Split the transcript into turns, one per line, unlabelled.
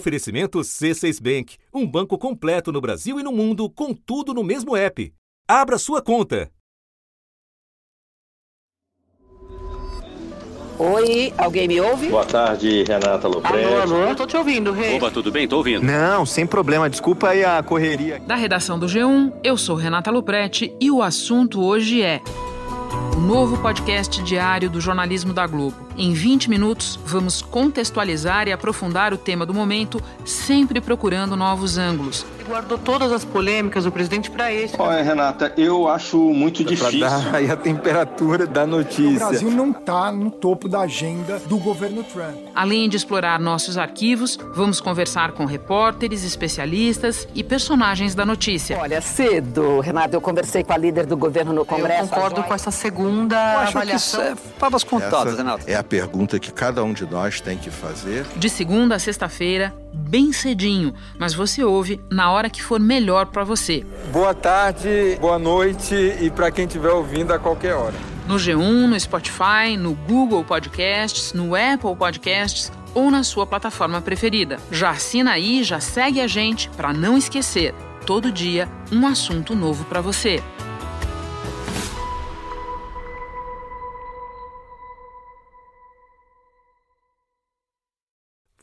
Oferecimento C6 Bank, um banco completo no Brasil e no mundo, com tudo no mesmo app. Abra sua conta.
Oi, alguém me ouve?
Boa tarde, Renata Lopretti.
Alô, alô, tô te ouvindo, Rei.
Oba, tudo bem? Tô ouvindo.
Não, sem problema. Desculpa aí a correria.
Da redação do G1, eu sou Renata Lopretti e o assunto hoje é o novo podcast diário do jornalismo da Globo. Em 20 minutos, vamos contextualizar e aprofundar o tema do momento, sempre procurando novos ângulos.
Guardou todas as polêmicas do presidente para esse.
Olha, Renata, eu acho muito difícil.
Pra dar aí a temperatura da notícia. O
Brasil não está no topo da agenda do governo Trump.
Além de explorar nossos arquivos, vamos conversar com repórteres, especialistas e personagens da notícia.
Olha, cedo, Renato, eu conversei com a líder do governo no Congresso.
Eu concordo com essa segunda
eu
acho avaliação.
Que isso é favas contadas,
essa
Renato.
É a pergunta que cada um de nós tem que fazer.
De segunda a sexta-feira, bem cedinho, mas você ouve na hora que for melhor para você.
Boa tarde, boa noite e para quem estiver ouvindo a qualquer hora.
No G1, no Spotify, no Google Podcasts, no Apple Podcasts ou na sua plataforma preferida. Já assina aí, já segue a gente para não esquecer. Todo dia um assunto novo para você.